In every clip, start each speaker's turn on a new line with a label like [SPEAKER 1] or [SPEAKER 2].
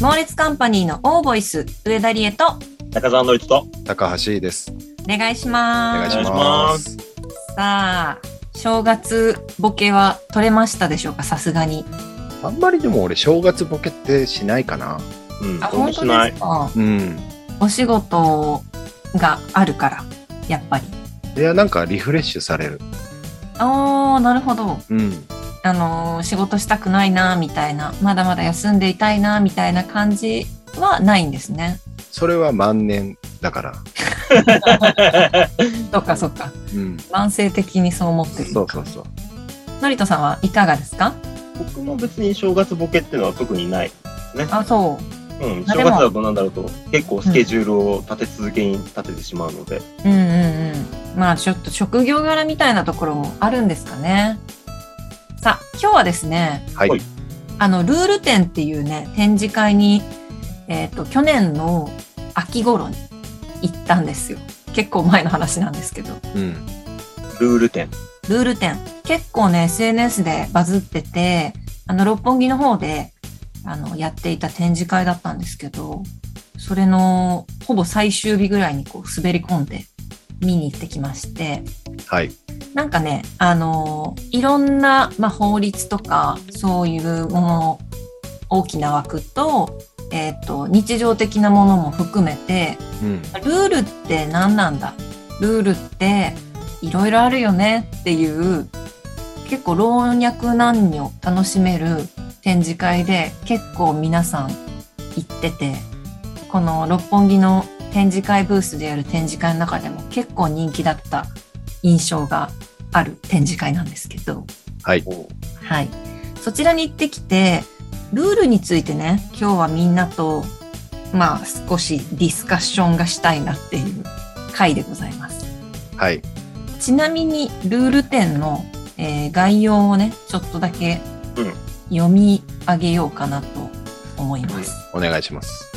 [SPEAKER 1] 猛烈カンパニーのオーボイス、上田理恵と、
[SPEAKER 2] 中澤のりと。
[SPEAKER 3] 高橋です。
[SPEAKER 1] お願いしま
[SPEAKER 3] お
[SPEAKER 1] す。
[SPEAKER 3] 願いし
[SPEAKER 2] お願
[SPEAKER 3] ま
[SPEAKER 2] い
[SPEAKER 3] す。
[SPEAKER 1] さあ、正月ボケは取れましたでしょうかさすがに。
[SPEAKER 3] あんまりでも俺正月ボケってしないかな。
[SPEAKER 2] うん
[SPEAKER 1] あ、
[SPEAKER 2] どうも
[SPEAKER 1] 本
[SPEAKER 2] し
[SPEAKER 1] 当
[SPEAKER 2] な
[SPEAKER 1] で
[SPEAKER 2] い
[SPEAKER 1] す。か
[SPEAKER 3] うん。
[SPEAKER 1] お仕事があるから、やっぱり。
[SPEAKER 3] いや、なんかリフレッシュされる。
[SPEAKER 1] あー、なるほど。
[SPEAKER 3] うん。
[SPEAKER 1] あのー仕事したくないな、みたいな。まだまだ休んでいたいな、みたいな感じはないんですね。
[SPEAKER 3] それは万年だから。
[SPEAKER 1] そっかそっか。
[SPEAKER 3] うん。
[SPEAKER 1] 慢性的にそう思ってる。
[SPEAKER 3] そうそうそう。
[SPEAKER 1] のりとさんはいかがですか
[SPEAKER 2] 僕も別に正月ボケってのは特にない。
[SPEAKER 1] あ、そ
[SPEAKER 2] うん。
[SPEAKER 1] あで
[SPEAKER 2] 正月
[SPEAKER 1] も
[SPEAKER 2] だとなんだろうと、結構スケジュールを立て続けに立ててしまうので。
[SPEAKER 1] う。うんうんうん。まあちょっと職業柄みたいなところもあるんですかね。さあ、今日はですね、
[SPEAKER 3] はい。
[SPEAKER 2] はい
[SPEAKER 1] あの、ルール展っていうね、展示会に、えっ、と、去年の秋頃に行ったんですよ。結構前の話なんですけど。
[SPEAKER 3] うん。
[SPEAKER 2] ルール点。
[SPEAKER 1] ルール展。結構ね、SNS でバズってて、あの、六本木の方で、あの、やっていた展示会だったんですけど、それの、ほぼ最終日ぐらいにこう、滑り込んで、見に行ってきまして、
[SPEAKER 3] はい。
[SPEAKER 1] なんかね、あのーいろんな、まあ、法律とか、そういうもの、大きな枠と、えっ、と、日常的なものも含めて、
[SPEAKER 3] うん。
[SPEAKER 1] ルールって何なんだルールっていろいろあるよねっていう結構老若男女楽しめる展示会で結構皆さん行っててこの六本木の展示会ブースでやる展示会の中でも結構人気だった印象がある展示会なんですけど、
[SPEAKER 3] はい。
[SPEAKER 1] はい、そちらに行ってきてルールについてね今日はみんなとまあ少しディスカッションがしたいなっていう回でございます
[SPEAKER 3] はい。
[SPEAKER 1] ちなみにルール展の、えー概要をねちょっとだけ
[SPEAKER 2] うん
[SPEAKER 1] 読み上げようかなと思います、
[SPEAKER 3] お願いします。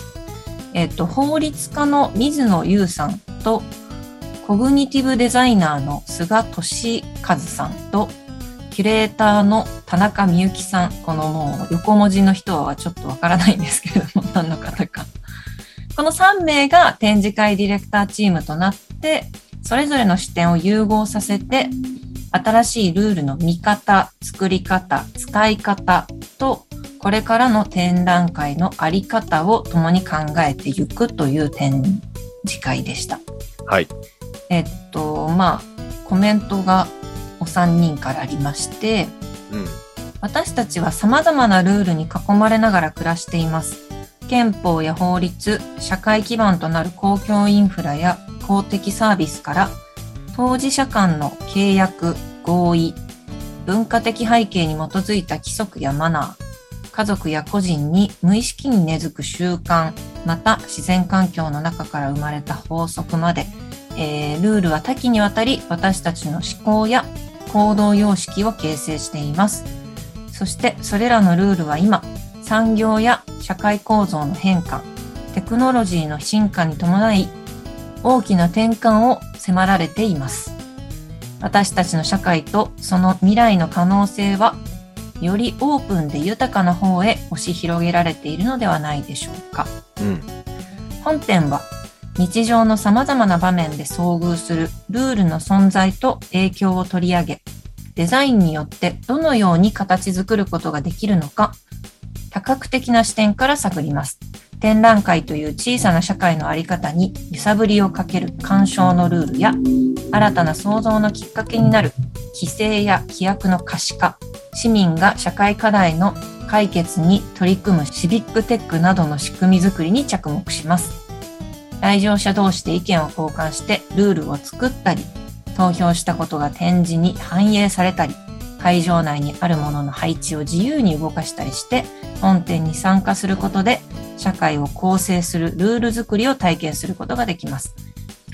[SPEAKER 1] えっと、法律家の水野優さんと、コグニティブデザイナーの菅俊和さんと、キュレーターの田中美幸さん。このもう横文字の人はちょっとわからないんですけれども、何の方か。この3名が展示会ディレクターチームとなって、それぞれの視点を融合させて、新しいルールの見方、作り方、使い方とこれからの展覧会のあり方を共に考えていくという展示会でした。
[SPEAKER 3] はい。
[SPEAKER 1] えっと、まあ、コメントがお三人からありまして、
[SPEAKER 3] うん。
[SPEAKER 1] 私たちは様々なルールに囲まれながら暮らしています。憲法や法律、社会基盤となる公共インフラや公的サービスから、当事者間の契約、合意、文化的背景に基づいた規則やマナー、家族や個人に無意識に根付く習慣、また自然環境の中から生まれた法則まで、えールールは多岐にわたり私たちの思考や行動様式を形成しています。そしてそれらのルールは今、産業や社会構造の変化、テクノロジーの進化に伴い、大きな転換を迫られています。私たちの社会とその未来の可能性は、よりオープンで豊かな方へ押し広げられているのではないでしょうか。
[SPEAKER 3] うん。
[SPEAKER 1] 本展は日常の様々な場面で遭遇するルールの存在と影響を取り上げ、デザインによってどのように形作ることができるのか、多角的な視点から探ります。展覧会という小さな社会のあり方に揺さぶりをかける鑑賞のルールや、新たな創造のきっかけになる規制や規約の可視化、市民が社会課題の解決に取り組むシビックテックなどの仕組みづくりに着目します。来場者同士で意見を交換してルールを作ったり、投票したことが展示に反映されたり、会場内にあるものの配置を自由に動かしたりして、本展に参加することで、社会を構成するルール作りを体験することができます。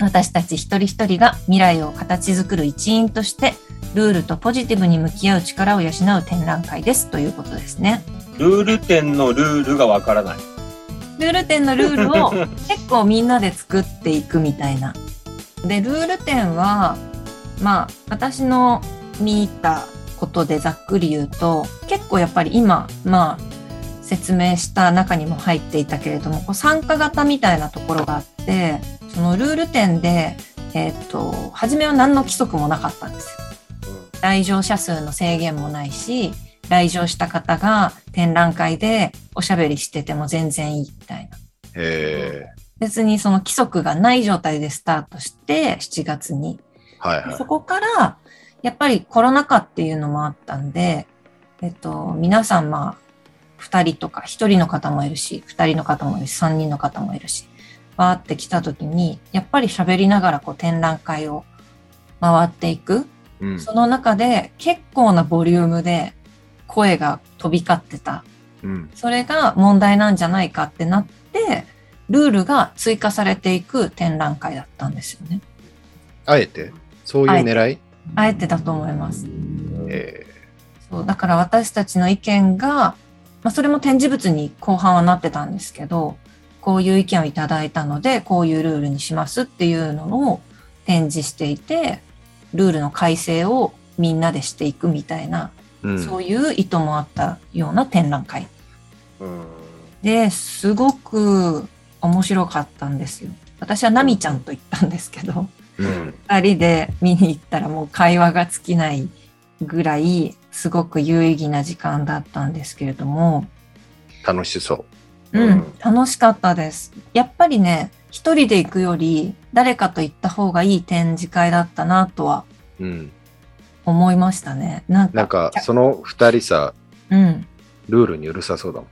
[SPEAKER 1] 私たち一人一人が未来を形作る一員として、ルールとポジティブに向き合う力を養う展覧会ですということですね。
[SPEAKER 2] ルール点のルールがわからない。
[SPEAKER 1] ルール展のルールを結構みんなで作っていくみたいな。で、ルール展は、まあ、私の見たことでざっくり言うと、結構やっぱり今、まあ、説明した中にも入っていたけれどもこう参加型みたいなところがあってそのルール点で、えっと初めは何の規則もなかったんですよ。来場者数の制限もないし来場した方が展覧会でおしゃべりしてても全然いいみたいな。
[SPEAKER 3] へえ。
[SPEAKER 1] 別にその規則がない状態でスタートして7月に
[SPEAKER 3] はいはい。
[SPEAKER 1] そこから、やっぱりコロナ禍っていうのもあったんで、えっと、皆さん、まあ、2人とか、1人の方もいるし、2人の方もいるし、3人の方もいるし、バーって来た時に、やっぱり喋りながらこう展覧会を回っていく。
[SPEAKER 3] うん。
[SPEAKER 1] その中で結構なボリュームで声が飛び交ってた。
[SPEAKER 3] うん。
[SPEAKER 1] それが問題なんじゃないかってなって、ルールが追加されていく展覧会だったんですよね。
[SPEAKER 3] あえて、そういう狙い
[SPEAKER 1] あえてだと思います。
[SPEAKER 3] え
[SPEAKER 1] そうだから私たちの意見が、まあ、それも展示物に後半はなってたんですけどこういう意見をいただいたのでこういうルールにしますっていうのを展示していてルールの改正をみんなでしていくみたいな、
[SPEAKER 3] え。うん。
[SPEAKER 1] そういう意図もあったような展覧会
[SPEAKER 2] うん。
[SPEAKER 1] ですごく面白かったんですよ。私はナミちゃんと行ったんですけど
[SPEAKER 3] う
[SPEAKER 2] うん
[SPEAKER 3] ん。
[SPEAKER 1] 二人で見に行ったらもう会話が尽きないぐらいすごく有意義な時間だったんですけれども、
[SPEAKER 3] 楽しそ
[SPEAKER 1] うん
[SPEAKER 3] う。
[SPEAKER 2] うん
[SPEAKER 1] 楽しかったです。やっぱりね一人で行くより誰かと行った方がいい展示会だったなとは
[SPEAKER 3] うん。
[SPEAKER 1] 思いましたね。なんか
[SPEAKER 3] なんか、その二人さ、
[SPEAKER 1] うん
[SPEAKER 3] ルールにうるさそうだもん。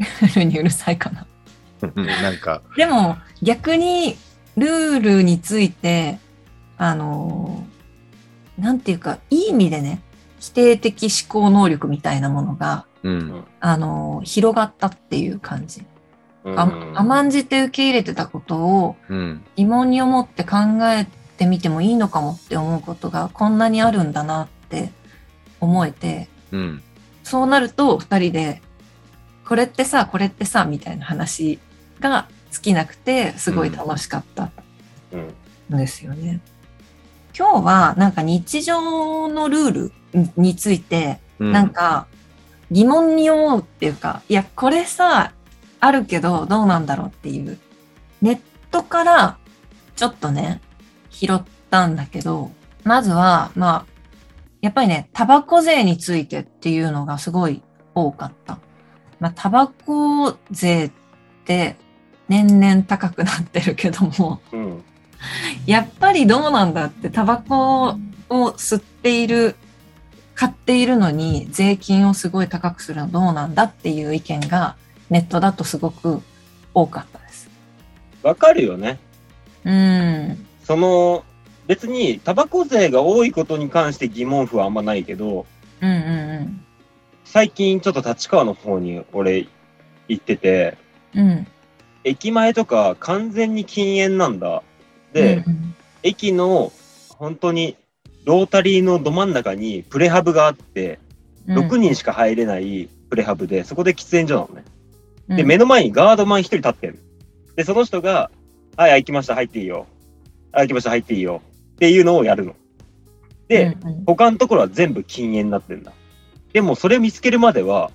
[SPEAKER 1] ルールにうるさいかな。
[SPEAKER 3] うんなんか、
[SPEAKER 1] でも逆にルールについてあのなんていうかいい意味でね否定的思考能力みたいなものが
[SPEAKER 3] うん。
[SPEAKER 1] あの、広がったっていう感じ。あ甘んじて受け入れてたことを
[SPEAKER 3] うん。
[SPEAKER 1] 疑問に思って考えてみてもいいのかもって思うことがこんなにあるんだなって思えて、
[SPEAKER 3] うん。
[SPEAKER 1] そうなると二人で、これってさ、これってさ、みたいな話が尽きなくて、すごい楽しかった
[SPEAKER 2] うん。
[SPEAKER 1] んですよね。今日はなんか日常のルールにについて
[SPEAKER 3] うん。
[SPEAKER 1] なんか疑問に思うっていうか、いや、これさ、あるけどどうなんだろうっていう。ネットからちょっとね、拾ったんだけど、まずは、まあ、やっぱりね、タバコ税についてっていうのがすごい多かった。まあ、タバコ税って年々高くなってるけども、
[SPEAKER 2] うん。
[SPEAKER 1] やっぱりどうなんだって、タバコを吸っている、買っているのに税金をすごい高くするのはどうなんだっていう意見がネットだとすごく多かったです。
[SPEAKER 2] わかるよね。
[SPEAKER 1] うん。
[SPEAKER 2] その、別に、タバコ税が多いことに関して疑問符はあんまないけど、
[SPEAKER 1] うんうん
[SPEAKER 2] 最近ちょっと立川の方に俺行ってて、
[SPEAKER 1] うん。うん。
[SPEAKER 2] 駅前とか完全に禁煙なんだ。で、
[SPEAKER 1] うん
[SPEAKER 2] 駅の本当にロータリーのど真ん中にプレハブがあって、
[SPEAKER 1] うん、
[SPEAKER 2] 6人しか入れないプレハブで、そこで喫煙所なのね。
[SPEAKER 1] うん
[SPEAKER 2] で、目の前にガードマン一人立ってる。で、その人が、はい、あ行きました、入っていいよ。あ行きました、入っていいよ。っていうのをやるの。で、、
[SPEAKER 1] うんうん
[SPEAKER 2] 他のところは全部禁煙になってんだ。でも、それ見つけるまでは、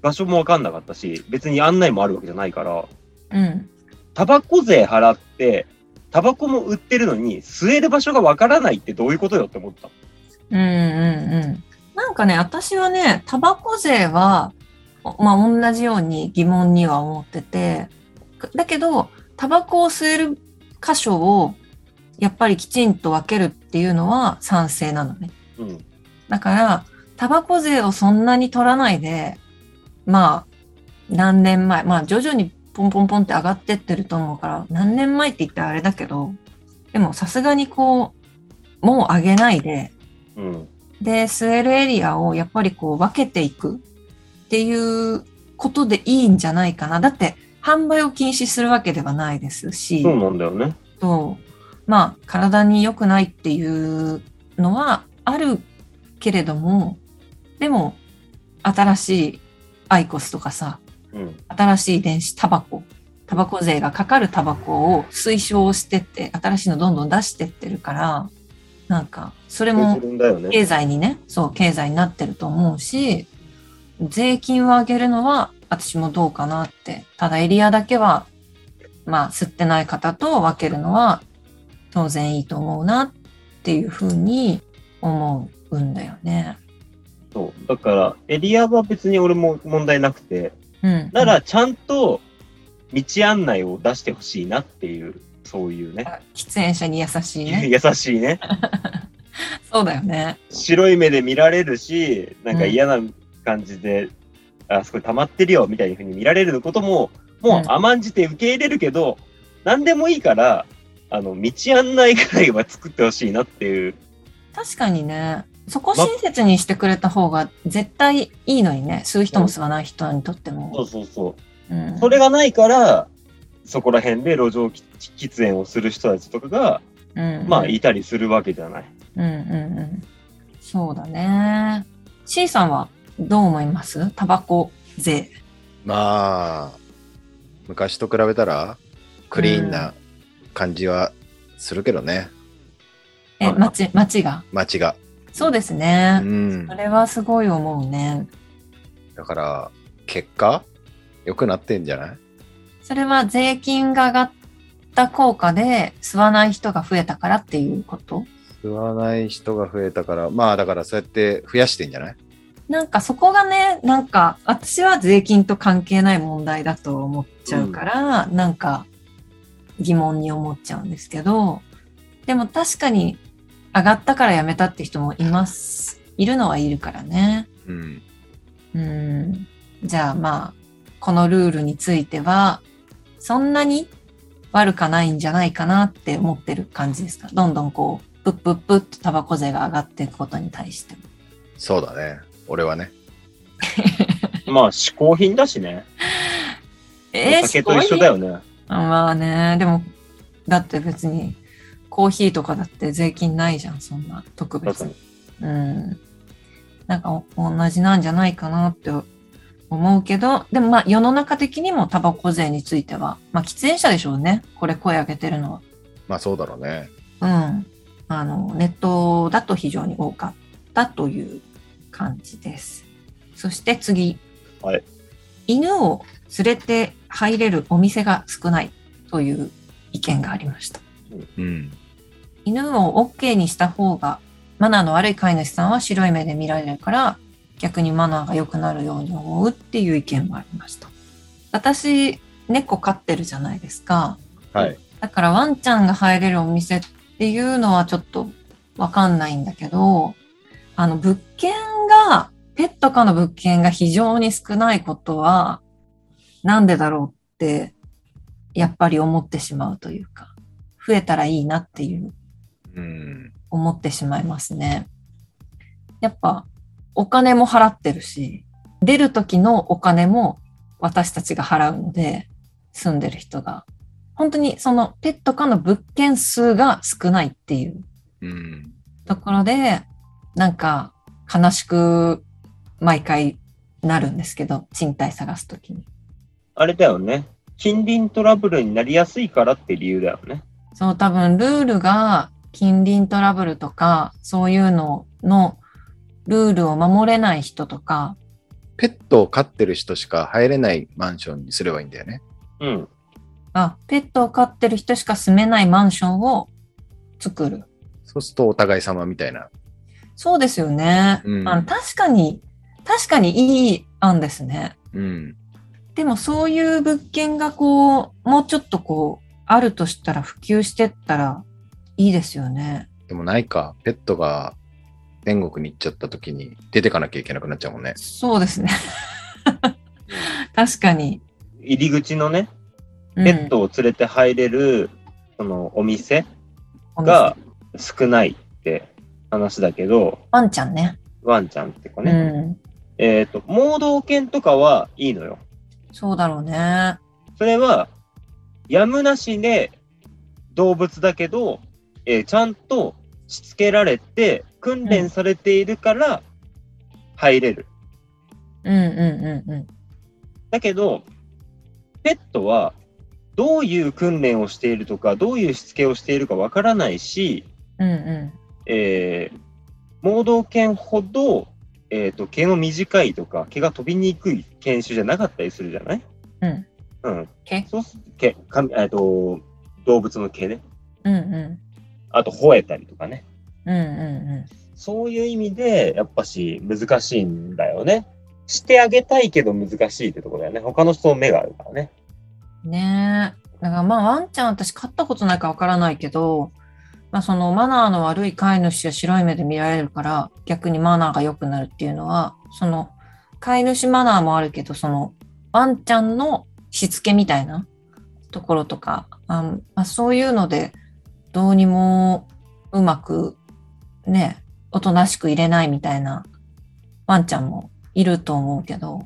[SPEAKER 2] 場所もわかんなかったし、別に案内もあるわけじゃないから、
[SPEAKER 1] うん。
[SPEAKER 2] タバコ税払って、タバコも売ってるのに、吸える場所がわからないってどういうことよって思った。
[SPEAKER 1] うんうんうん。なんかね、私はね、タバコ税は、おまあ同じように疑問には思ってて、だけど、タバコを吸える箇所を、やっぱりきちんと分けるっていうのは賛成なのね。
[SPEAKER 2] うん。
[SPEAKER 1] だから、タバコ税をそんなに取らないで、まあ、何年前、まあ徐々にポンポンポンって上がってってると思うから、何年前って言ったらあれだけど、でもさすがにこう、もう上げないで、
[SPEAKER 2] うん。
[SPEAKER 1] で、吸えるエリアをやっぱりこう分けていくっていうことでいいんじゃないかな。だって、販売を禁止するわけではないですし、
[SPEAKER 2] そうなんだよね。
[SPEAKER 1] と、まあ、体に良くないっていうのはあるけれども、でも、新しいアイコスとかさ、
[SPEAKER 2] うん。
[SPEAKER 1] 新しい電子タバコ、タバコ税がかかるタバコを推奨してって、新しいのどんどん出してってるから、なんか、それも
[SPEAKER 2] 自分だよね。
[SPEAKER 1] 経済にね、そう、経済になってると思うし、税金を上げるのは私もどうかなって。ただエリアだけは、まあ、吸ってない方と分けるのは当然いいと思うなっていうふうに思うんだよね。
[SPEAKER 2] そう。だから、エリアは別に俺も問題なくて、
[SPEAKER 1] うん。
[SPEAKER 2] なら、ちゃんと道案内を出してほしいなっていう、そういうね。
[SPEAKER 1] あ、喫煙者に優しいね。
[SPEAKER 2] 優しいね。
[SPEAKER 1] そうだよね。
[SPEAKER 2] 白い目で見られるし、なんか嫌な感じで、あそこに溜まってるよみたいな風に見られることも、もう甘んじて受け入れるけど、何でもいいから、あの、道案内ぐらいは作ってほしいなっていう。
[SPEAKER 1] 確かにね。そこ親切にしてくれた方が絶対いいのにね。吸う人も吸わない人にとって
[SPEAKER 2] そう
[SPEAKER 1] も。
[SPEAKER 2] そうそう。
[SPEAKER 1] うん、
[SPEAKER 2] それがないから、そこら辺で路上喫喫煙をする人たちとかが、
[SPEAKER 1] うん、
[SPEAKER 2] まあ、いたりするわけじゃない。
[SPEAKER 1] うんうんうん。そうだね。C さんはどう思いますタバコ税。
[SPEAKER 3] まあ、昔と比べたら、クリーンな感じはするけどね、
[SPEAKER 1] え、
[SPEAKER 2] はい
[SPEAKER 1] 町、町が。
[SPEAKER 3] 街が。
[SPEAKER 1] そうです
[SPEAKER 3] う
[SPEAKER 1] ね。
[SPEAKER 3] ん
[SPEAKER 1] そ。れはすごい思うね。
[SPEAKER 3] だから、結果、良くなってんじゃない
[SPEAKER 1] それは税金が上がった効果で吸わない人が増えたからっていうこと
[SPEAKER 3] 吸わない人が増えたから、まあだからそうやって増やしてんじゃない
[SPEAKER 1] なんかそこがね、なんか私は税金と関係ない問題だと思っちゃうから、なんか疑問に思っちゃうんですけど、でも確かに上がったからやめたって人もいます。いるのはいるからね。
[SPEAKER 3] うん。
[SPEAKER 1] うん。じゃあまあ、このルールについては、そんなに悪かないんじゃないかなって思ってる感じですかどんどんこう、プップップッとタバコ税が上がっていくことに対しても。
[SPEAKER 3] そうだね。俺はね。
[SPEAKER 2] まあ、嗜好品だしね。
[SPEAKER 1] えー
[SPEAKER 2] お酒と一緒だよね。
[SPEAKER 1] まあね、でも、だって別に、コーヒーとかだって税金ないじゃん、そんな特
[SPEAKER 2] 確か
[SPEAKER 1] 別
[SPEAKER 2] に。。
[SPEAKER 1] うん。なんかお同じなんじゃないかなって思うけど、でもまあ世の中的にもタバコ税については、まあ喫煙者でしょうね、これ声上げてるの
[SPEAKER 3] まあそうだろうね。
[SPEAKER 1] は。うん。あの、ネットだと非常に多かったという感じです。そして次。
[SPEAKER 2] はい
[SPEAKER 1] 犬を連れて入れるお店が少ないという意見がありました。
[SPEAKER 3] うん。
[SPEAKER 1] 犬を OK にした方がマナーの悪い飼い主さんは白い目で見られるから逆にマナーが良くなるように思うっていう意見もありました私猫飼ってるじゃないですか
[SPEAKER 3] はい。
[SPEAKER 1] だからワンちゃんが入れるお店っていうのはちょっとわかんないんだけどあの物件がペット可の物件が非常に少ないことはなんでだろうってやっぱり思ってしまうというか増えたらいいなっていう
[SPEAKER 3] うん。
[SPEAKER 1] 思ってしまいますね。やっぱお金も払ってるし、出る時のお金も私たちが払うので、住んでる人が。本当にそのペット可の物件数が少ないっていう
[SPEAKER 3] うん。
[SPEAKER 1] ところで、なんか悲しく毎回なるんですけど、賃貸探す時に。
[SPEAKER 2] あれだよね。近隣トラブルになりやすいからって理由だよね。
[SPEAKER 1] その多分ルールが近隣トラブルとか、そういうののルールを守れない人とか、
[SPEAKER 3] ペットを飼ってる人しか入れないマンションにすればいいんだよね。
[SPEAKER 2] うん。
[SPEAKER 1] あ、ペットを飼ってる人しか住めないマンションを作る。
[SPEAKER 3] そうするとお互い様みたいな。
[SPEAKER 1] そうですよね。
[SPEAKER 3] うん
[SPEAKER 1] あの確かに、確かにいい案ですね。
[SPEAKER 3] うん。
[SPEAKER 1] でもそういう物件がこう、もうちょっとこう、あるとしたら普及してったらいいですよね。
[SPEAKER 3] でもないか。ペットが天国に行っちゃった時に出てかなきゃいけなくなっちゃうもんね。
[SPEAKER 1] そうですね。確かに。
[SPEAKER 2] 入り口のね、
[SPEAKER 1] うん
[SPEAKER 2] ペットを連れて入れる、そのお店
[SPEAKER 1] お店
[SPEAKER 2] が少ないって話だけど、
[SPEAKER 1] ワンちゃんね。
[SPEAKER 2] ワンちゃんってか
[SPEAKER 1] う
[SPEAKER 2] ね。
[SPEAKER 1] ん。
[SPEAKER 2] えっと、盲導犬とかはいいのよ。
[SPEAKER 1] そうだろうね。
[SPEAKER 2] それは、やむなしで動物だけど、えーちゃんとしつけられて、訓練されているから入れる。
[SPEAKER 1] うんうんうんうん。
[SPEAKER 2] だけど、ペットはどういう訓練をしているとか、どういうしつけをしているかわからないし、
[SPEAKER 1] うんう
[SPEAKER 2] えー盲導犬ほど、えっ、と、毛の短いとか、毛が飛びにくい犬種じゃなかったりするじゃない
[SPEAKER 1] うん。
[SPEAKER 2] うん。
[SPEAKER 1] 毛
[SPEAKER 2] そうす毛、かえっ、と、動物の毛ね。
[SPEAKER 1] うんう
[SPEAKER 2] あと、吠えたりとかね。
[SPEAKER 1] ん。うんう
[SPEAKER 2] そういう意味で、やっぱし難しいんだよね。してあげたいけど難しいってとこだよね。他の人の目があるからね。
[SPEAKER 1] んうん。ねえ。だからまあワンちゃん私飼ったことないからわからないけど、まあそのマナーの悪い飼い主は白い目で見られるから逆にマナーが良くなるっていうのは、その飼い主マナーもあるけど、そのワンちゃんのしつけみたいなところとか、あんまあ、そういうのでどうにもうまくね、おとなしく入れないみたいなワンちゃんもいると思うけど、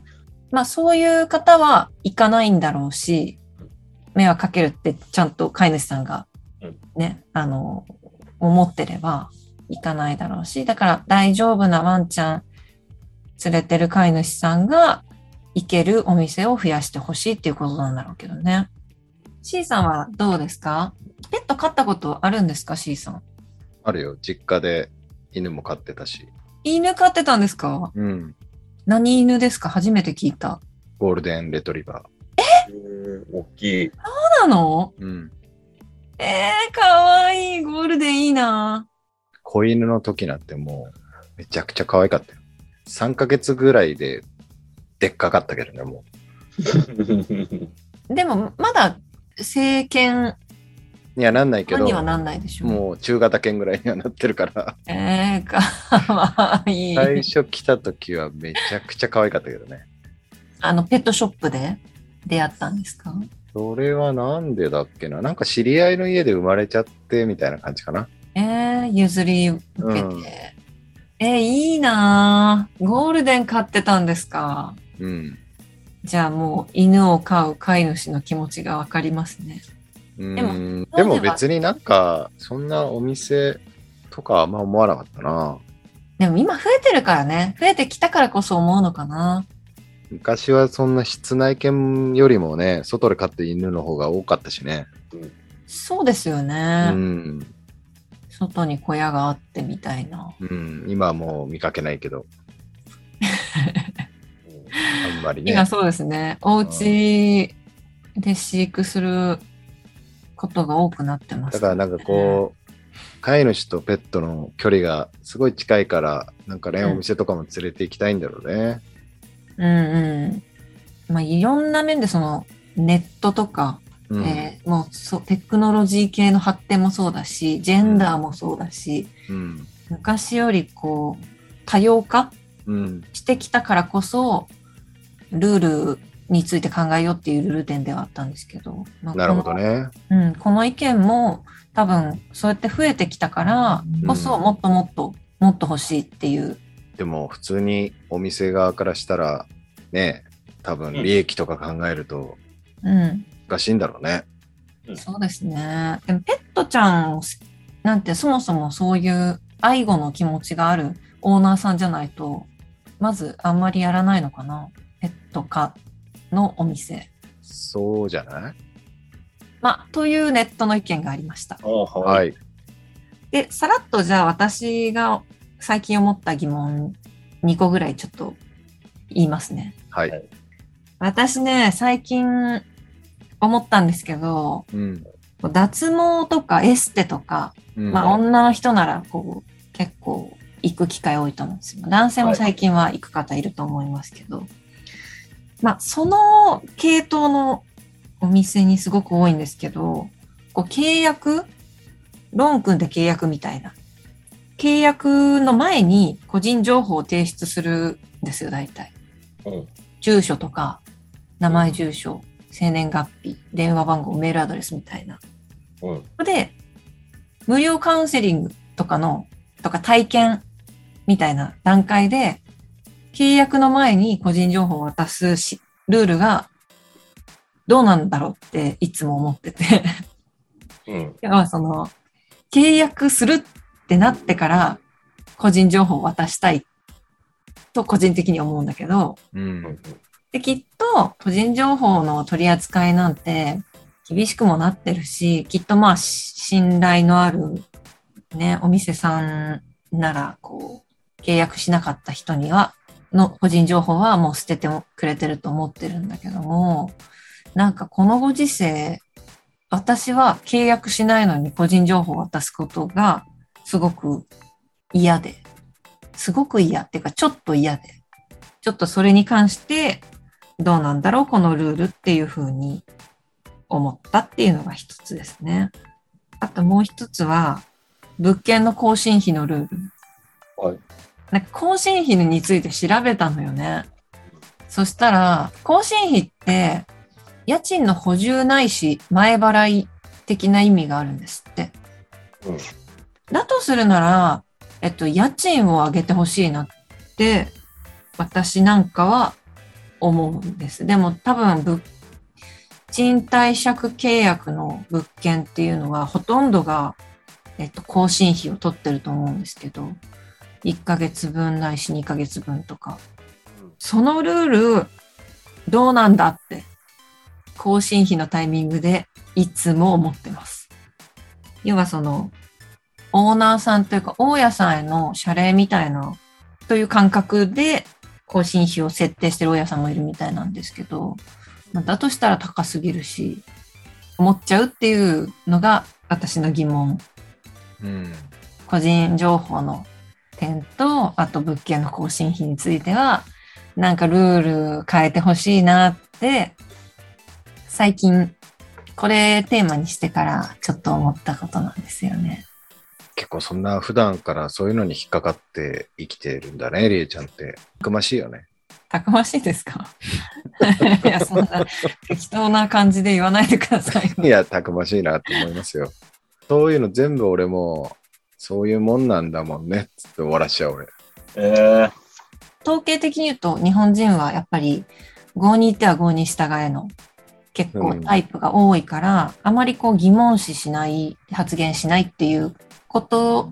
[SPEAKER 1] まあそういう方は行かないんだろうし、迷惑かけるってちゃんと飼い主さんが
[SPEAKER 2] うん
[SPEAKER 1] ね、あの、思ってれば行かないだろうし、だから大丈夫なワンちゃん連れてる飼い主さんが行けるお店を増やしてほしいっていうことなんだろうけどね。C さんはどうですかペット飼ったことあるんですか ?C さん。
[SPEAKER 3] あるよ、実家で犬も飼ってたし。
[SPEAKER 1] 犬飼ってたんですか
[SPEAKER 3] うん。
[SPEAKER 1] 何犬ですか初めて聞いた。
[SPEAKER 3] ゴールデンレトリバ
[SPEAKER 2] 大きい。
[SPEAKER 1] そうなの
[SPEAKER 3] ー。うん。
[SPEAKER 1] えー、かわいい。ゴールデンいいな。
[SPEAKER 3] 子犬の時なんてもう、めちゃくちゃ可愛かったよ。3ヶ月ぐらいで、でっかかったけどね、も
[SPEAKER 1] でも、まだ、成犬
[SPEAKER 3] う。いや、なんないけど、
[SPEAKER 1] にはなんないでしょ。
[SPEAKER 3] もう中型犬ぐらいにはなってるから、
[SPEAKER 1] えー、かわいい。
[SPEAKER 3] 最初来た時はめちゃくちゃ可愛かったけどね。
[SPEAKER 1] あの、ペットショップで出会ったんですか
[SPEAKER 3] それはなんでだっけななんか知り合いの家で生まれちゃってみたいな感じかな。
[SPEAKER 1] えー、譲り受けて。
[SPEAKER 3] うん
[SPEAKER 1] えー、いいなゴールデン飼ってたんですか
[SPEAKER 3] うん。
[SPEAKER 1] じゃあもう犬を飼う飼い主の気持ちがわかりますね。
[SPEAKER 3] うーん
[SPEAKER 1] でも
[SPEAKER 3] でも別になんか、そんなお店とかあんま思わなかったな。
[SPEAKER 1] でも今増えてるからね。増えてきたからこそ思うのかな。
[SPEAKER 3] 昔はそんな室内犬よりもね、外で飼って犬の方が多かったしね。
[SPEAKER 1] そうですよ
[SPEAKER 3] う
[SPEAKER 1] ね。
[SPEAKER 3] ん。
[SPEAKER 1] 外に小屋があってみたいな。
[SPEAKER 3] うん。今はもう見かけないけど、あんまりね
[SPEAKER 1] 今。そうですね。お家で飼育することが多くなってます、
[SPEAKER 3] だからなんかこう、飼い主とペットの距離がすごい近いから、なんかね、
[SPEAKER 1] うん
[SPEAKER 3] お店とかも連れて行きたいんだろうね。
[SPEAKER 1] う。うんうん。まあいろんな面でそのネットとか、
[SPEAKER 3] うん。
[SPEAKER 1] えーもうそうテクノロジー系の発展もそうだし、ジェンダーもそうだし、
[SPEAKER 3] うん。
[SPEAKER 1] 昔よりこう多様化
[SPEAKER 3] うん。
[SPEAKER 1] してきたからこそルールについて考えようっていうルール点ではあったんですけど、まあ
[SPEAKER 3] なるほど、ね。
[SPEAKER 1] このうん、この意見も多分そうやって増えてきたからこそ
[SPEAKER 3] うん
[SPEAKER 1] もっともっともっと欲しいっていう、
[SPEAKER 3] でも普通にお店側からしたらね多分利益とか考えると
[SPEAKER 1] うん、
[SPEAKER 3] 難しいんだろうね。
[SPEAKER 1] そうですねでもペットちゃんをすなんてそもそもそういう愛護の気持ちがあるオーナーさんじゃないとまずあんまりやらないのかなペット科のお店。
[SPEAKER 3] そうじゃない
[SPEAKER 1] まあ、というネットの意見がありました。
[SPEAKER 2] おーは。
[SPEAKER 3] はいい。
[SPEAKER 1] で、さらっとじゃあ私が最近思った疑問2個ぐらいちょっと言いますね。
[SPEAKER 3] はい。
[SPEAKER 2] はい
[SPEAKER 1] 私ね、最近思ったんですけど、
[SPEAKER 3] うん。
[SPEAKER 1] 脱毛とかエステとか、
[SPEAKER 3] うん
[SPEAKER 1] まあ女の人ならこう結構行く機会多いと思うんですよ。男性も最近は行く方いると思いますけど、まあその系統のお店にすごく多いんですけど、こう契約、ローン組んで契約みたいな。契約の前に個人情報を提出するんですよ、大体。
[SPEAKER 2] うん
[SPEAKER 1] 住所とか、名前住所、生年月日、電話番号、メールアドレスみたいな。
[SPEAKER 2] うん。
[SPEAKER 1] それで、無料カウンセリングとかの、とか体験みたいな段階で、契約の前に個人情報を渡すし、ルールがどうなんだろうっていつも思ってて。
[SPEAKER 2] うん。
[SPEAKER 1] 要はその、契約するってなってから、個人情報を渡したいと個人的に思うんだけど、
[SPEAKER 3] うん。
[SPEAKER 1] で、きっと個人情報の取り扱いなんて厳しくもなってるし、きっとまあし信頼のあるね、お店さんならこう、契約しなかった人にはの個人情報はもう捨ててくれてると思ってるんだけども、なんかこのご時世、私は契約しないのに個人情報を渡すことがすごく嫌で、すごく嫌っていうかちょっと嫌で、ちょっとそれに関してどうなんだろうこのルールっていうふうに思ったっていうのが一つですね。あともう一つは、物件の更新費のルール。
[SPEAKER 2] はい。
[SPEAKER 1] なんか更新費について調べたのよね。そしたら、更新費って、家賃の補充ないし、前払い的な意味があるんですって。
[SPEAKER 3] うん
[SPEAKER 1] だとするなら、えっと、家賃を上げてほしいなって、私なんかは思うんです。でも多分、物賃貸借契約の物件っていうのは、ほとんどが、えっと、更新費を取ってると思うんですけど、1ヶ月分ないし2ヶ月分とか。そのルール、どうなんだって、更新費のタイミングでいつも思ってます。要はその、オーナーさんというか、大家さんへの謝礼みたいな、という感覚で、更新費を設定してる大家さんもいるみたいなんですけど、まあだとしたら高すぎるし、思っちゃうっていうのが私の疑問。
[SPEAKER 3] うん。
[SPEAKER 1] 個人情報の点と、あと物件の更新費については、なんかルール変えてほしいなって、最近、これテーマにしてからちょっと思ったことなんですよね。
[SPEAKER 3] 結構そんな普段からそういうのに引っかかって生きてるんだね、りえちゃんって。たくましいよね。
[SPEAKER 1] たくましいですか いや、そんな適当な感じで言わないでくださいよ。
[SPEAKER 3] いや、たくましいなと思いますよ。そういうの全部俺も、そういうもんなんだもんね、つって終わらしちゃう俺。
[SPEAKER 2] えー、
[SPEAKER 1] 統計的に言うと日本人はやっぱり合に行っては合に従えの結構タイプが多いから、あまりこう疑問視しない発言しないっていうこと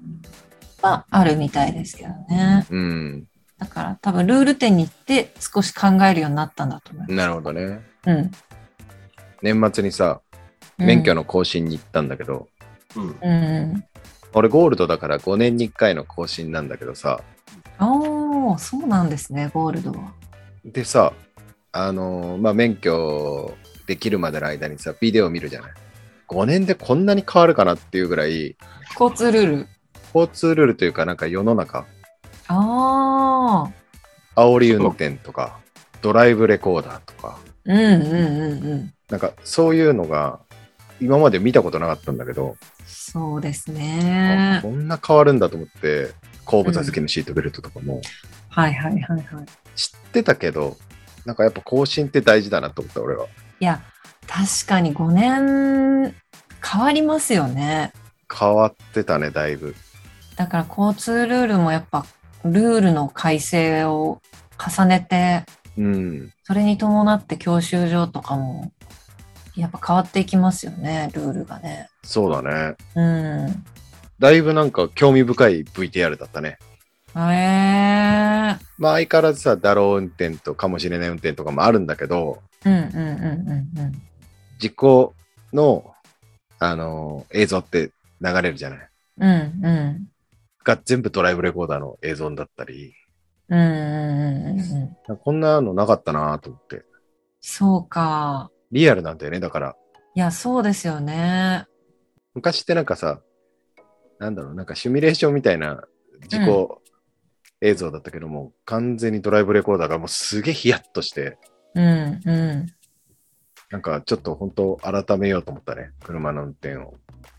[SPEAKER 1] はあるみたいですけどね
[SPEAKER 3] うん。
[SPEAKER 1] だから多分ルール店に行って少し考えるようになったんだと思いま
[SPEAKER 3] なるほどね。
[SPEAKER 1] す、うん、
[SPEAKER 3] 年末にさ、免許
[SPEAKER 1] の、
[SPEAKER 3] の更新に行ったんだけど、
[SPEAKER 2] うん。
[SPEAKER 1] うん、
[SPEAKER 3] 俺ゴールドだから5年に1回の更新なんだけどさ、
[SPEAKER 1] おーそうなんですねゴールドは
[SPEAKER 3] でさ、あのーまあ、免許できるまでの間にさ、ビデオ見るじゃない。5年でこんなに変わるかなっていうぐらい、
[SPEAKER 1] 交通ルール
[SPEAKER 3] 交通ルールというか、なんか世の中、
[SPEAKER 1] ああ
[SPEAKER 3] 煽り運転とか、ドライブレコーダーとか、
[SPEAKER 1] うんうんうんうん
[SPEAKER 3] なんかそういうのが、今まで見たことなかったんだけど、
[SPEAKER 1] そうです
[SPEAKER 3] あ
[SPEAKER 1] ね
[SPEAKER 3] こんな変わるんだと思って、後部座席のシートベルトとかも
[SPEAKER 1] はいはいはいはい
[SPEAKER 3] 知ってたけど、なんかやっぱ更新って大事だなと思った、俺は。
[SPEAKER 1] いや、確かに5年変わりますよね。
[SPEAKER 3] 変わってたね、だいぶ。
[SPEAKER 1] だから交通ルールもやっぱルールの改正を重ねて、
[SPEAKER 3] うん。
[SPEAKER 1] それに伴って教習所とかもやっぱ変わっていきますよね、ルールがね。
[SPEAKER 3] そうだね。
[SPEAKER 1] うん。
[SPEAKER 3] だいぶなんか興味深い VTR だったね。
[SPEAKER 1] えー。
[SPEAKER 3] まあ相変わらずさ、だろう運転とかもしれない運転とかもあるんだけど、
[SPEAKER 1] うんうんうんうんうん。
[SPEAKER 3] 事故の、あのー映像って流れるじゃない。
[SPEAKER 1] うんうん。
[SPEAKER 3] が全部ドライブレコーダーの映像だったり、
[SPEAKER 1] うんうんうんうん。
[SPEAKER 3] こんなのなかったなと思って。
[SPEAKER 1] そうか。
[SPEAKER 3] リアルなんだよね、だから。
[SPEAKER 1] いや、そうですよね。
[SPEAKER 3] 昔ってなんかさ、なんだろう、なんかシミュレーションみたいな事故映像だったけども、完全にドライブレコーダーがもうすげえヒヤッとして、
[SPEAKER 1] うんうん。
[SPEAKER 3] なんかちょっと本当改めようと思ったね、車の運転を。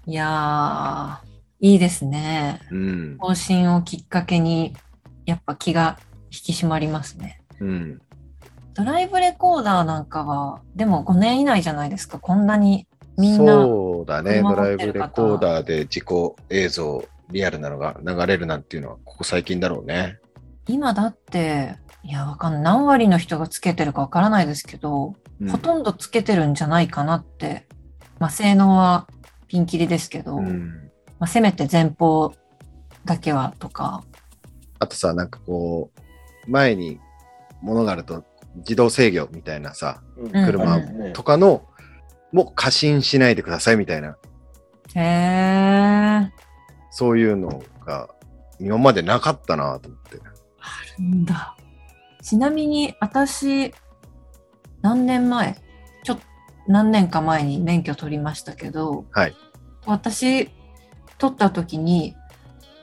[SPEAKER 1] いやー、いいですね。
[SPEAKER 3] うん。
[SPEAKER 1] 更新をきっかけにやっぱ気が引き締まりますね。
[SPEAKER 3] うん。
[SPEAKER 1] ドライブレコーダーなんかはでも5年以内じゃないですかこんなにみんな
[SPEAKER 3] そうだ
[SPEAKER 1] 車
[SPEAKER 3] ね、ド
[SPEAKER 1] 持
[SPEAKER 3] ラ
[SPEAKER 1] っ
[SPEAKER 3] イ
[SPEAKER 1] て
[SPEAKER 3] ブ
[SPEAKER 1] る
[SPEAKER 3] レ
[SPEAKER 1] 方
[SPEAKER 3] コーダーで事故映像、リアルなのが流れるなんていうのは、ここ最近だろうね。
[SPEAKER 1] 今だっていやわかんない何割の人がつけてるかわからないですけど、
[SPEAKER 3] うん
[SPEAKER 1] ほとんどつけてるんじゃないかなってまあ性能はピンキリですけど、
[SPEAKER 3] うん
[SPEAKER 1] まあ、せめて前方だけはとか
[SPEAKER 3] あとさ、なんかこう、前に物があると自動制御みたいなさ、
[SPEAKER 2] うん
[SPEAKER 1] 車
[SPEAKER 2] ありますね
[SPEAKER 3] とかの、もう過信しないでくださいみたいな、
[SPEAKER 1] へえ
[SPEAKER 3] そういうのが今までなかったなと思って。
[SPEAKER 1] んだちなみに私、何年前、ちょっと何年か前に免許取りましたけど、
[SPEAKER 3] はい
[SPEAKER 1] 私、取った時に、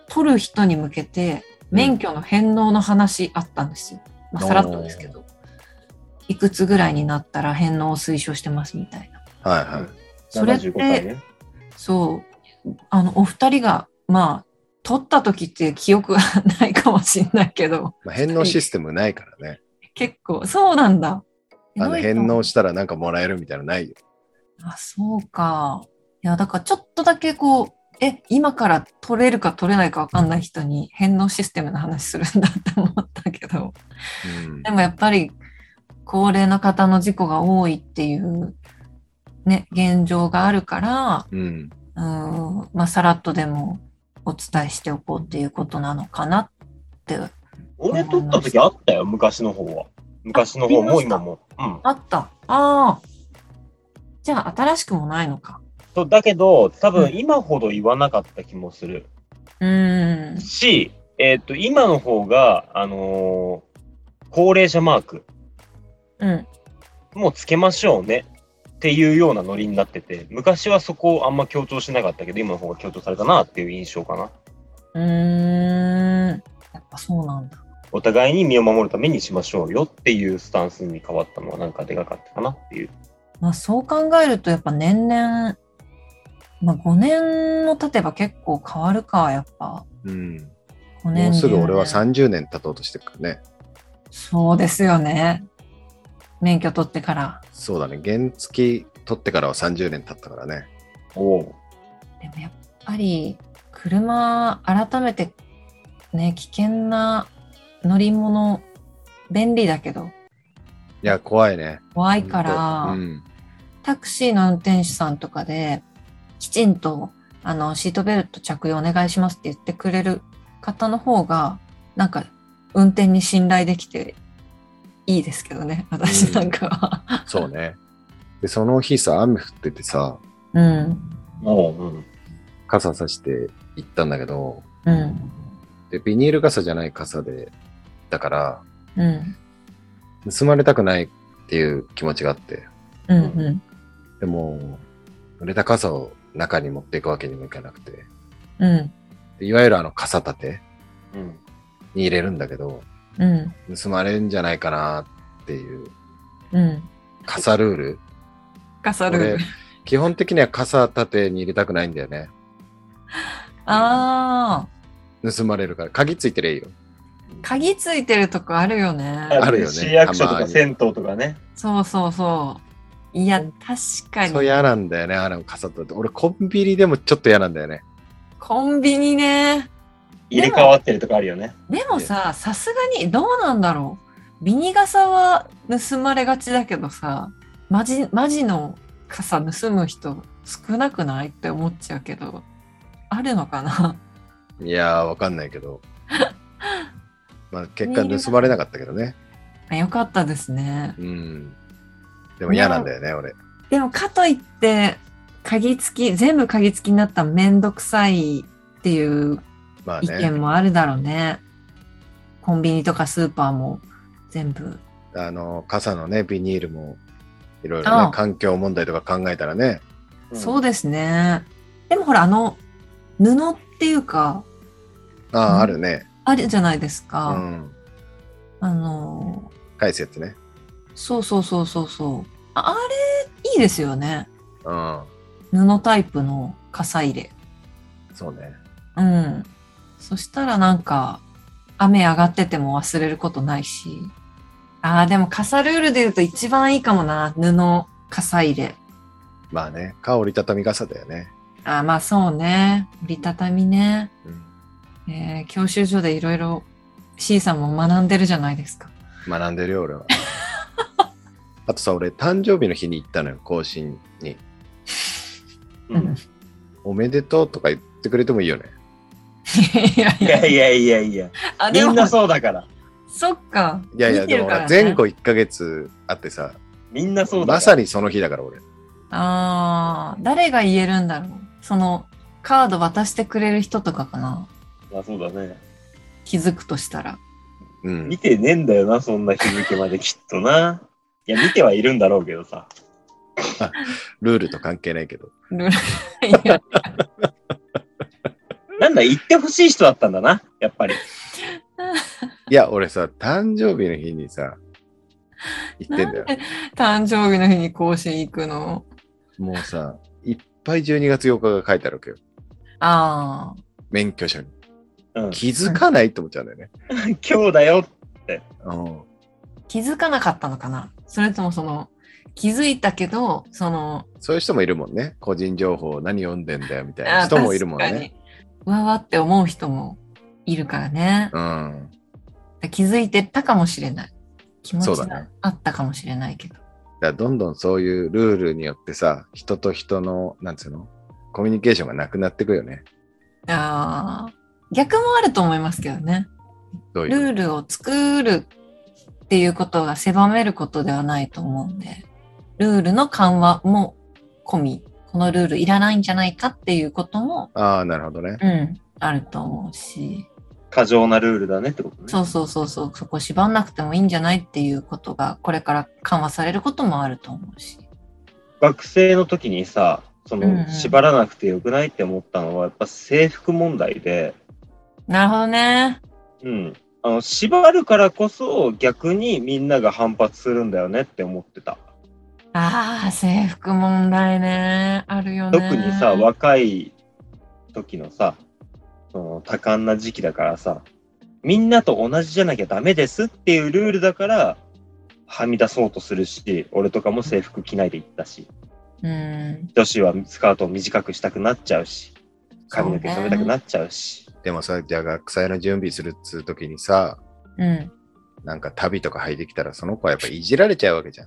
[SPEAKER 1] 取る人に向けて、免許の返納の話あったんですよ。まあ、さらっとですけど。いくつぐらいになったら返納を推奨してますみたいな。
[SPEAKER 3] はいはい。
[SPEAKER 1] それって、
[SPEAKER 2] 75回ね。
[SPEAKER 1] そう、あの、お二人が、まあ、取った時って記憶がないかもしれないけど、
[SPEAKER 3] まあ、返納システムないからね。
[SPEAKER 1] 結構、そうなんだ。
[SPEAKER 3] あの
[SPEAKER 1] ひどいかも
[SPEAKER 3] 返納したらなんかもらえるみたいなのないよ。
[SPEAKER 1] あ、そうか。いや、だからちょっとだけこう、え、今から取れるか取れないかわかんない人に返納システムの話するんだって思ったけど、
[SPEAKER 3] うん
[SPEAKER 1] でもやっぱり高齢の方の事故が多いっていう、ね、現状があるから、
[SPEAKER 3] うん。
[SPEAKER 1] うん、まあ、さらっとでもお伝えしておこうっていうことなのかなって、
[SPEAKER 2] 俺取った時あったよ、昔の方は。昔の方も今も。うん。
[SPEAKER 1] あった。ああ。じゃあ、新しくもないのか。
[SPEAKER 2] そうだけど、多
[SPEAKER 1] う
[SPEAKER 2] 分
[SPEAKER 1] ん
[SPEAKER 2] 今ほど言わなかった気もする。
[SPEAKER 1] うん。
[SPEAKER 2] し、えっ、と、今の方が、あのー高齢者マーク、
[SPEAKER 1] うん。
[SPEAKER 2] もうつけましょうねっていうようなノリになってて、昔はそこをあんま強調しなかったけど、今の方が強調されたなっていう印象かな。
[SPEAKER 1] うーん。やっぱそうなんだ。
[SPEAKER 2] お互いに身を守るためにしましょうよっていうスタンスに変わったのはなんかでかかったかなっていう。
[SPEAKER 1] まあ、そう考えると、やっぱ年々、まあ、5年も経てば結構変わるか、やっぱ。
[SPEAKER 3] うん。
[SPEAKER 1] 5年
[SPEAKER 3] もうすぐ俺は
[SPEAKER 1] 10年
[SPEAKER 3] 30年経とうとしてるからね。
[SPEAKER 1] そうですよね。免許取ってから。
[SPEAKER 3] そうだね。原付取ってからは30年経ったからね。
[SPEAKER 2] おう
[SPEAKER 1] でもやっぱり車改めてね危険な乗り物便利だけど
[SPEAKER 3] いや、怖いね。
[SPEAKER 1] 怖いから、
[SPEAKER 3] うん。
[SPEAKER 1] タクシーの運転手さんとかできちんとあのシートベルト着用お願いしますって言ってくれる方の方がなんか運転に信頼できていいですけどね私なんかは。
[SPEAKER 3] そうね。で、その日さ、雨降っててさ、
[SPEAKER 1] うん、
[SPEAKER 2] おううん。
[SPEAKER 3] 傘さして行ったんだけど、
[SPEAKER 1] うん、
[SPEAKER 3] で、ビニール傘じゃない傘で、だから、
[SPEAKER 1] うん、
[SPEAKER 3] 盗まれたくないっていう気持ちがあって、
[SPEAKER 1] うん、うん、
[SPEAKER 3] でも、濡れた傘を中に持っていくわけにもいかなくて、
[SPEAKER 1] うん、
[SPEAKER 3] でいわゆるあの傘立て
[SPEAKER 2] うん。
[SPEAKER 3] に入れるんだけど、
[SPEAKER 1] うん、
[SPEAKER 3] 盗まれんじゃないかなっていう、
[SPEAKER 1] うん。
[SPEAKER 3] 傘ルール。
[SPEAKER 1] 重な
[SPEAKER 3] 俺
[SPEAKER 1] る。、
[SPEAKER 3] 基本的には傘立てに入れたくないんだよね。
[SPEAKER 1] ああ。
[SPEAKER 3] 盗まれるから。鍵ついてりゃいいよ。
[SPEAKER 1] 鍵ついてるとこあるよね。
[SPEAKER 3] あるよね
[SPEAKER 2] 市役所と
[SPEAKER 3] たま
[SPEAKER 2] か
[SPEAKER 3] に
[SPEAKER 2] 銭湯とかね。
[SPEAKER 1] そうそうそう。いや、確か
[SPEAKER 3] そう
[SPEAKER 1] に。
[SPEAKER 3] 嫌なんだよね、あの傘立て。俺、コンビニでもちょっと嫌なんだよね。
[SPEAKER 1] コンビニね。
[SPEAKER 2] 入れ替わってるとかあるよね。
[SPEAKER 1] でもさ、さすがに、どうなんだろう。ビニ傘は盗まれがちだけどさ、マジ、マジの傘盗む人少なくないって思っちゃうけど、あるのかない
[SPEAKER 3] やー、わかんないけ ど。まあ、結果盗まれなかったけどね。
[SPEAKER 1] あよかったですね。
[SPEAKER 3] うん。でも嫌なんだよね、俺。
[SPEAKER 1] でも、かといって、鍵付き、全部鍵付きになったらめんどくさいっていう
[SPEAKER 3] まあ
[SPEAKER 1] 意
[SPEAKER 3] ね。
[SPEAKER 1] 見もあるだろうね。コンビニとかスーパーも全部。
[SPEAKER 3] あの、傘のね、ビニールも、いろい
[SPEAKER 1] あ
[SPEAKER 3] ろ
[SPEAKER 1] あ
[SPEAKER 3] ね、環境問題とか考えたらね。
[SPEAKER 1] そう
[SPEAKER 2] で
[SPEAKER 1] ですね。でもほら、あの、布っていうか、
[SPEAKER 3] あ
[SPEAKER 1] うん
[SPEAKER 3] あ、あるね。
[SPEAKER 1] あるじゃないです
[SPEAKER 3] う
[SPEAKER 1] か。
[SPEAKER 3] ん。
[SPEAKER 1] あの、
[SPEAKER 3] 返すやつね。
[SPEAKER 1] そうそうそうそうそう。ああれ、いいですよね。
[SPEAKER 3] うん。
[SPEAKER 1] 布タイプの傘入れ。
[SPEAKER 3] そうね。
[SPEAKER 1] うん。そしたらなんか、雨上がってても忘れることないし。ああ、でも傘ルールで言うと一番いいかもな。布、傘入れ。
[SPEAKER 3] まあね、か折りたたみ傘だよね。
[SPEAKER 1] ああ、まあそうね。折りたたみね。
[SPEAKER 3] うん。
[SPEAKER 1] えー教習所でいろいろ C さんも学んでるじゃないですか。
[SPEAKER 3] 学んでるよ、俺は。あとさ、俺、誕生日の日に行ったのよ、更新に。
[SPEAKER 2] す。うん
[SPEAKER 3] おめでとうとか言ってくれてもいいよね。
[SPEAKER 1] いやい
[SPEAKER 2] い
[SPEAKER 1] や、
[SPEAKER 2] やいやいやいや。
[SPEAKER 1] あ
[SPEAKER 2] み
[SPEAKER 1] で
[SPEAKER 2] ん
[SPEAKER 1] も
[SPEAKER 2] なそうだから。
[SPEAKER 1] そっか。
[SPEAKER 3] いやいや、
[SPEAKER 1] 見て
[SPEAKER 3] で
[SPEAKER 1] る
[SPEAKER 3] も
[SPEAKER 1] から
[SPEAKER 3] 俺
[SPEAKER 1] ね
[SPEAKER 3] 前後1ヶ月あってさ、
[SPEAKER 2] みんなそうだ
[SPEAKER 3] ま
[SPEAKER 2] か
[SPEAKER 3] さ
[SPEAKER 2] ら。
[SPEAKER 3] にその日だから俺。
[SPEAKER 1] ああ、誰が言えるんだろう。そのカード渡してくれる人とかかな。
[SPEAKER 2] まあそうだね。
[SPEAKER 1] 気づくとしたら。
[SPEAKER 3] うん
[SPEAKER 2] 見。てねえんだよな、そんな日付まできっとな。いや、見てはいるんだろうけどさ。
[SPEAKER 3] ルールと関係ないけど。
[SPEAKER 1] ルールいや
[SPEAKER 2] なんだ、言ってほしい人だったんだな、やっぱり。
[SPEAKER 3] いや、俺さ、誕生日の日にさ、行ってんだよ。
[SPEAKER 1] 誕生日の日に甲子園行くの。
[SPEAKER 3] もうさ、いっぱい12月8日が書いてあるわけよ。
[SPEAKER 1] ああ。
[SPEAKER 3] 免許証に。
[SPEAKER 2] うん。
[SPEAKER 3] 気づかないと思っちゃうんだよね。
[SPEAKER 2] 今日だよ。
[SPEAKER 3] うん。
[SPEAKER 1] 気づかなかったのかなそれともその、気づいたけど、その、
[SPEAKER 3] そういう人もいるもんね。個人情報何読んでんだよみたいな人もいるもんね。。
[SPEAKER 1] うわわって思う人もいるからね。
[SPEAKER 3] うん。
[SPEAKER 1] 気づいてたかもしれない。気持ち
[SPEAKER 3] そうだ
[SPEAKER 1] があったかもしれないけど。
[SPEAKER 3] だからどんどんそういうルールによってさ、人と人の、なんつうのコミュニケーションがなくなってくよね。
[SPEAKER 1] ああ。逆もあると思いますけどね。
[SPEAKER 3] どう
[SPEAKER 1] ル
[SPEAKER 3] いう。
[SPEAKER 1] ールを作るっていうことが狭めることではないと思うんで、ルールの緩和も込み、このルールいらないんじゃないかっていうことも、
[SPEAKER 3] ああ、なるほどね。
[SPEAKER 1] うん、あると思うし、
[SPEAKER 2] 過剰なルールだねってことね。
[SPEAKER 1] そうそうそうそう、そこ縛んなくてもいいんじゃないっていうことが、これから緩和されることもあると思うし。
[SPEAKER 2] 学生の時にさ、そ
[SPEAKER 1] うんうん
[SPEAKER 2] の、縛らなくてよくないって思ったのは、やっぱ制服問題で、
[SPEAKER 1] なるほどね。
[SPEAKER 2] うん。あの、縛るからこそ逆にみんなが反発するんだよねって思ってた。
[SPEAKER 1] ああ、制服問題ね。あるよね。
[SPEAKER 2] 特にさ、若い時のさ、その多感な時期だからさ、みんなと同じじゃなきゃダメですっていうルールだから、はみ出そうとするし、俺とかも制服着ないで行ったし、
[SPEAKER 1] うん。
[SPEAKER 2] 女子はスカートを短くしたくなっちゃうし、髪の毛染めたくなっちゃうし、
[SPEAKER 3] でもさ、じゃあ学祭の準備するっつう時にさ、
[SPEAKER 1] うん。
[SPEAKER 3] なんか旅とか入ってきたらその子はやっぱいじられちゃうわけじゃん。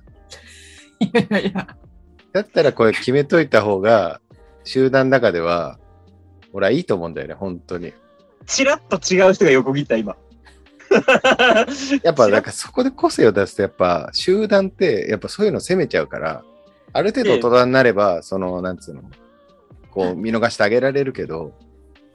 [SPEAKER 1] い やいやいや。
[SPEAKER 3] だったらこれ決めといた方が、集団の中では、俺はいいと思うんだよね、本当に。
[SPEAKER 2] チラッと違う人が横切った今。
[SPEAKER 3] やっぱなんかそこで個性を出すとやっぱ集団ってやっぱそういうの攻めちゃうからある程度大人になればそのなんつうのこう見逃してあげられるけど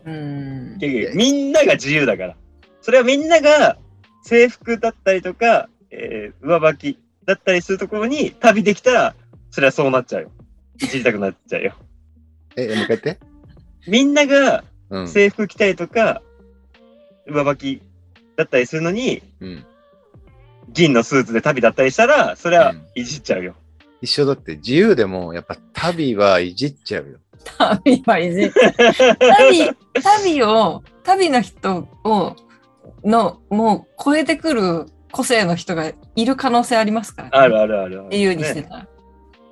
[SPEAKER 1] うん。
[SPEAKER 2] いやいやみんなが自由だから。それはみんなが制服だったりとか、えー上履きだったりするところに旅できたら、それはそうなっちゃうよ。いじりたくなっちゃうよ。
[SPEAKER 3] えもう一回言って、
[SPEAKER 2] みんなが
[SPEAKER 3] うん
[SPEAKER 2] 制服着たりとか、上履きだったりするのに、
[SPEAKER 3] うん、
[SPEAKER 2] 銀のスーツで旅だったりしたら、それはいじっちゃうよ。
[SPEAKER 3] 一緒だって自由でもやっぱ旅はいじっちゃうよ
[SPEAKER 1] 旅はいじっ旅、旅を、旅の人を、の、もう超えてくる個性の人がいる可能性ありますから、
[SPEAKER 2] あるあるあるある。
[SPEAKER 1] 自由にして
[SPEAKER 2] ね
[SPEAKER 1] たら。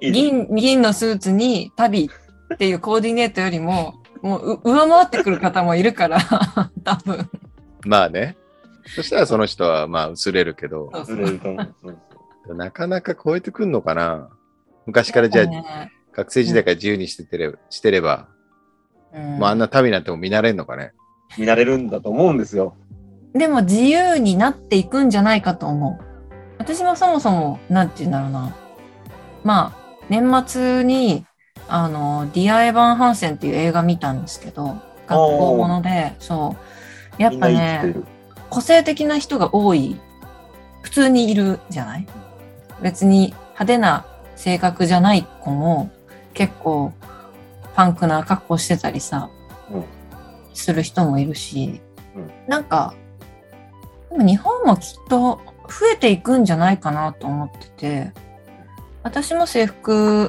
[SPEAKER 2] いいね
[SPEAKER 1] 銀、銀のスーツに旅っていうコーディネートより も、もうう上回ってくる方もいるから、多 分。
[SPEAKER 3] まあねそしたらその人はまあ薄れるけど
[SPEAKER 1] そうそ
[SPEAKER 2] ず
[SPEAKER 1] う
[SPEAKER 2] れると思うそうそう
[SPEAKER 3] なかなか超えてくんのかな昔からじゃあ
[SPEAKER 1] ね
[SPEAKER 3] 学生時代から自由にしててれしてれば、
[SPEAKER 1] うん
[SPEAKER 3] まああんな旅なんてもう見慣れんのかね
[SPEAKER 2] 見慣れるんだと思うんですよ。
[SPEAKER 1] でも自由になっていくんじゃないかと思う。私もそもそも、なんて言うんだろうな。まあ、年末に、あの、ディア・エヴァン・ハンセンっていう映画見たんですけど、学校もので、そう。やっ
[SPEAKER 2] みん
[SPEAKER 1] ぱ
[SPEAKER 2] な生き
[SPEAKER 1] ね
[SPEAKER 2] て、る。
[SPEAKER 1] 個性的な人が多い。普通にいるじゃない別に派手な性格じゃない子も、結構、パンクな格好してたりさ、
[SPEAKER 2] うん
[SPEAKER 1] する人もいるし、
[SPEAKER 2] うん
[SPEAKER 1] なんか、でも日本もきっと増えていくんじゃないかなと思ってて、私も制服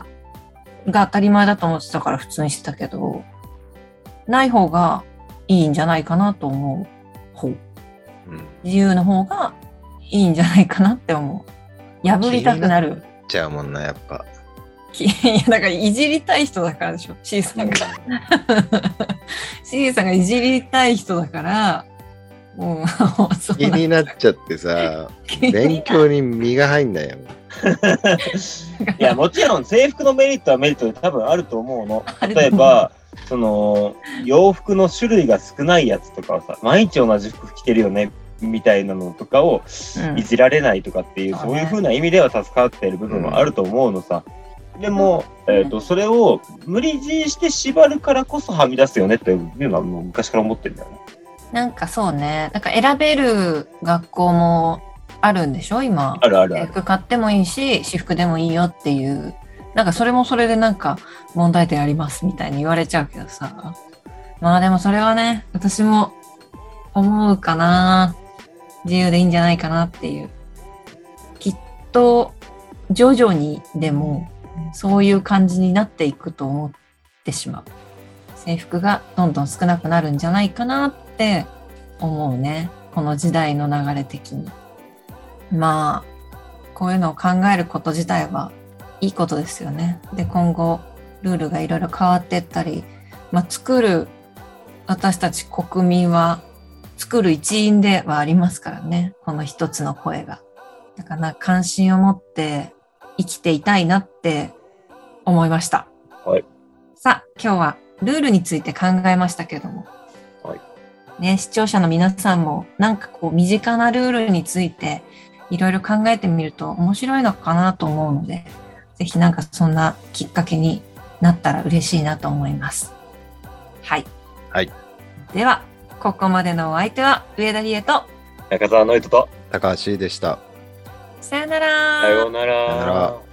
[SPEAKER 1] が当たり前だと思ってたから普通にしてたけど、ない方がいいんじゃないかなと思う方。
[SPEAKER 3] うん
[SPEAKER 1] 自由の方がいいんじゃないかなって思う。破りたくなる。
[SPEAKER 3] ちゃうもんなやっぱ
[SPEAKER 1] きいや、だからいじりたい人だからでしょ。C さんが。C さんがいじりたい人だから、もう、そう
[SPEAKER 3] 気になっちゃってさ勉強に身が入んないよ。
[SPEAKER 2] いや、もちろん制服のメリットはメリットで多分あると思うの。
[SPEAKER 1] あると思う
[SPEAKER 2] 例えば、その、洋服の種類が少ないやつとかをさ、毎日同じ服着てるよね、みたいなのとかを
[SPEAKER 1] うん
[SPEAKER 2] いじられないとかっていう、
[SPEAKER 1] そう
[SPEAKER 2] そう
[SPEAKER 1] ね
[SPEAKER 2] いう風な意味では助かっている部分はあると思うのさ。でも、えっ、と、それを無理強いして縛るからこそはみ出すよねっていうのはもう昔から思ってるんだよね。
[SPEAKER 1] なんかそうね、なんか選べる学校もあるんでしょ、今。
[SPEAKER 2] あるあるあ
[SPEAKER 1] 制
[SPEAKER 2] る。
[SPEAKER 1] 服買ってもいいし、私服でもいいよっていう。なんかそれもそれでなんか問題点ありますみたいに言われちゃうけどさ。まあでもそれはね、私も思うかな。自由でいいんじゃないかなっていう。きっと徐々にでもそういう感じになっていくと思ってしまう。制服がどんどん少なくなるんじゃないかなって思うね。この時代の流れ的に。まあ、こういうのを考えること自体はいいことですよね。で、今後、ルールがいろいろ変わっていったり、まあ、作る私たち国民は、作る一員ではありますからね。この一つの声が。だから、関心を持って生きていたいなって思いました。
[SPEAKER 2] はい。
[SPEAKER 1] さあ、今日はルールについて考えましたけれども。
[SPEAKER 2] はい。
[SPEAKER 1] ね、視聴者の皆さんも、なんかこう、身近なルールについて、いろいろ考えてみると面白いのかなと思うので、ぜひなんかそんなきっかけになったら嬉しいなと思います。はい。
[SPEAKER 3] はい。
[SPEAKER 1] では、ここまでのお相手は上田理恵と、
[SPEAKER 2] 中澤ノイトと、
[SPEAKER 3] 高橋でした。
[SPEAKER 1] さよなら。
[SPEAKER 2] さような
[SPEAKER 3] さようなら
[SPEAKER 2] ら。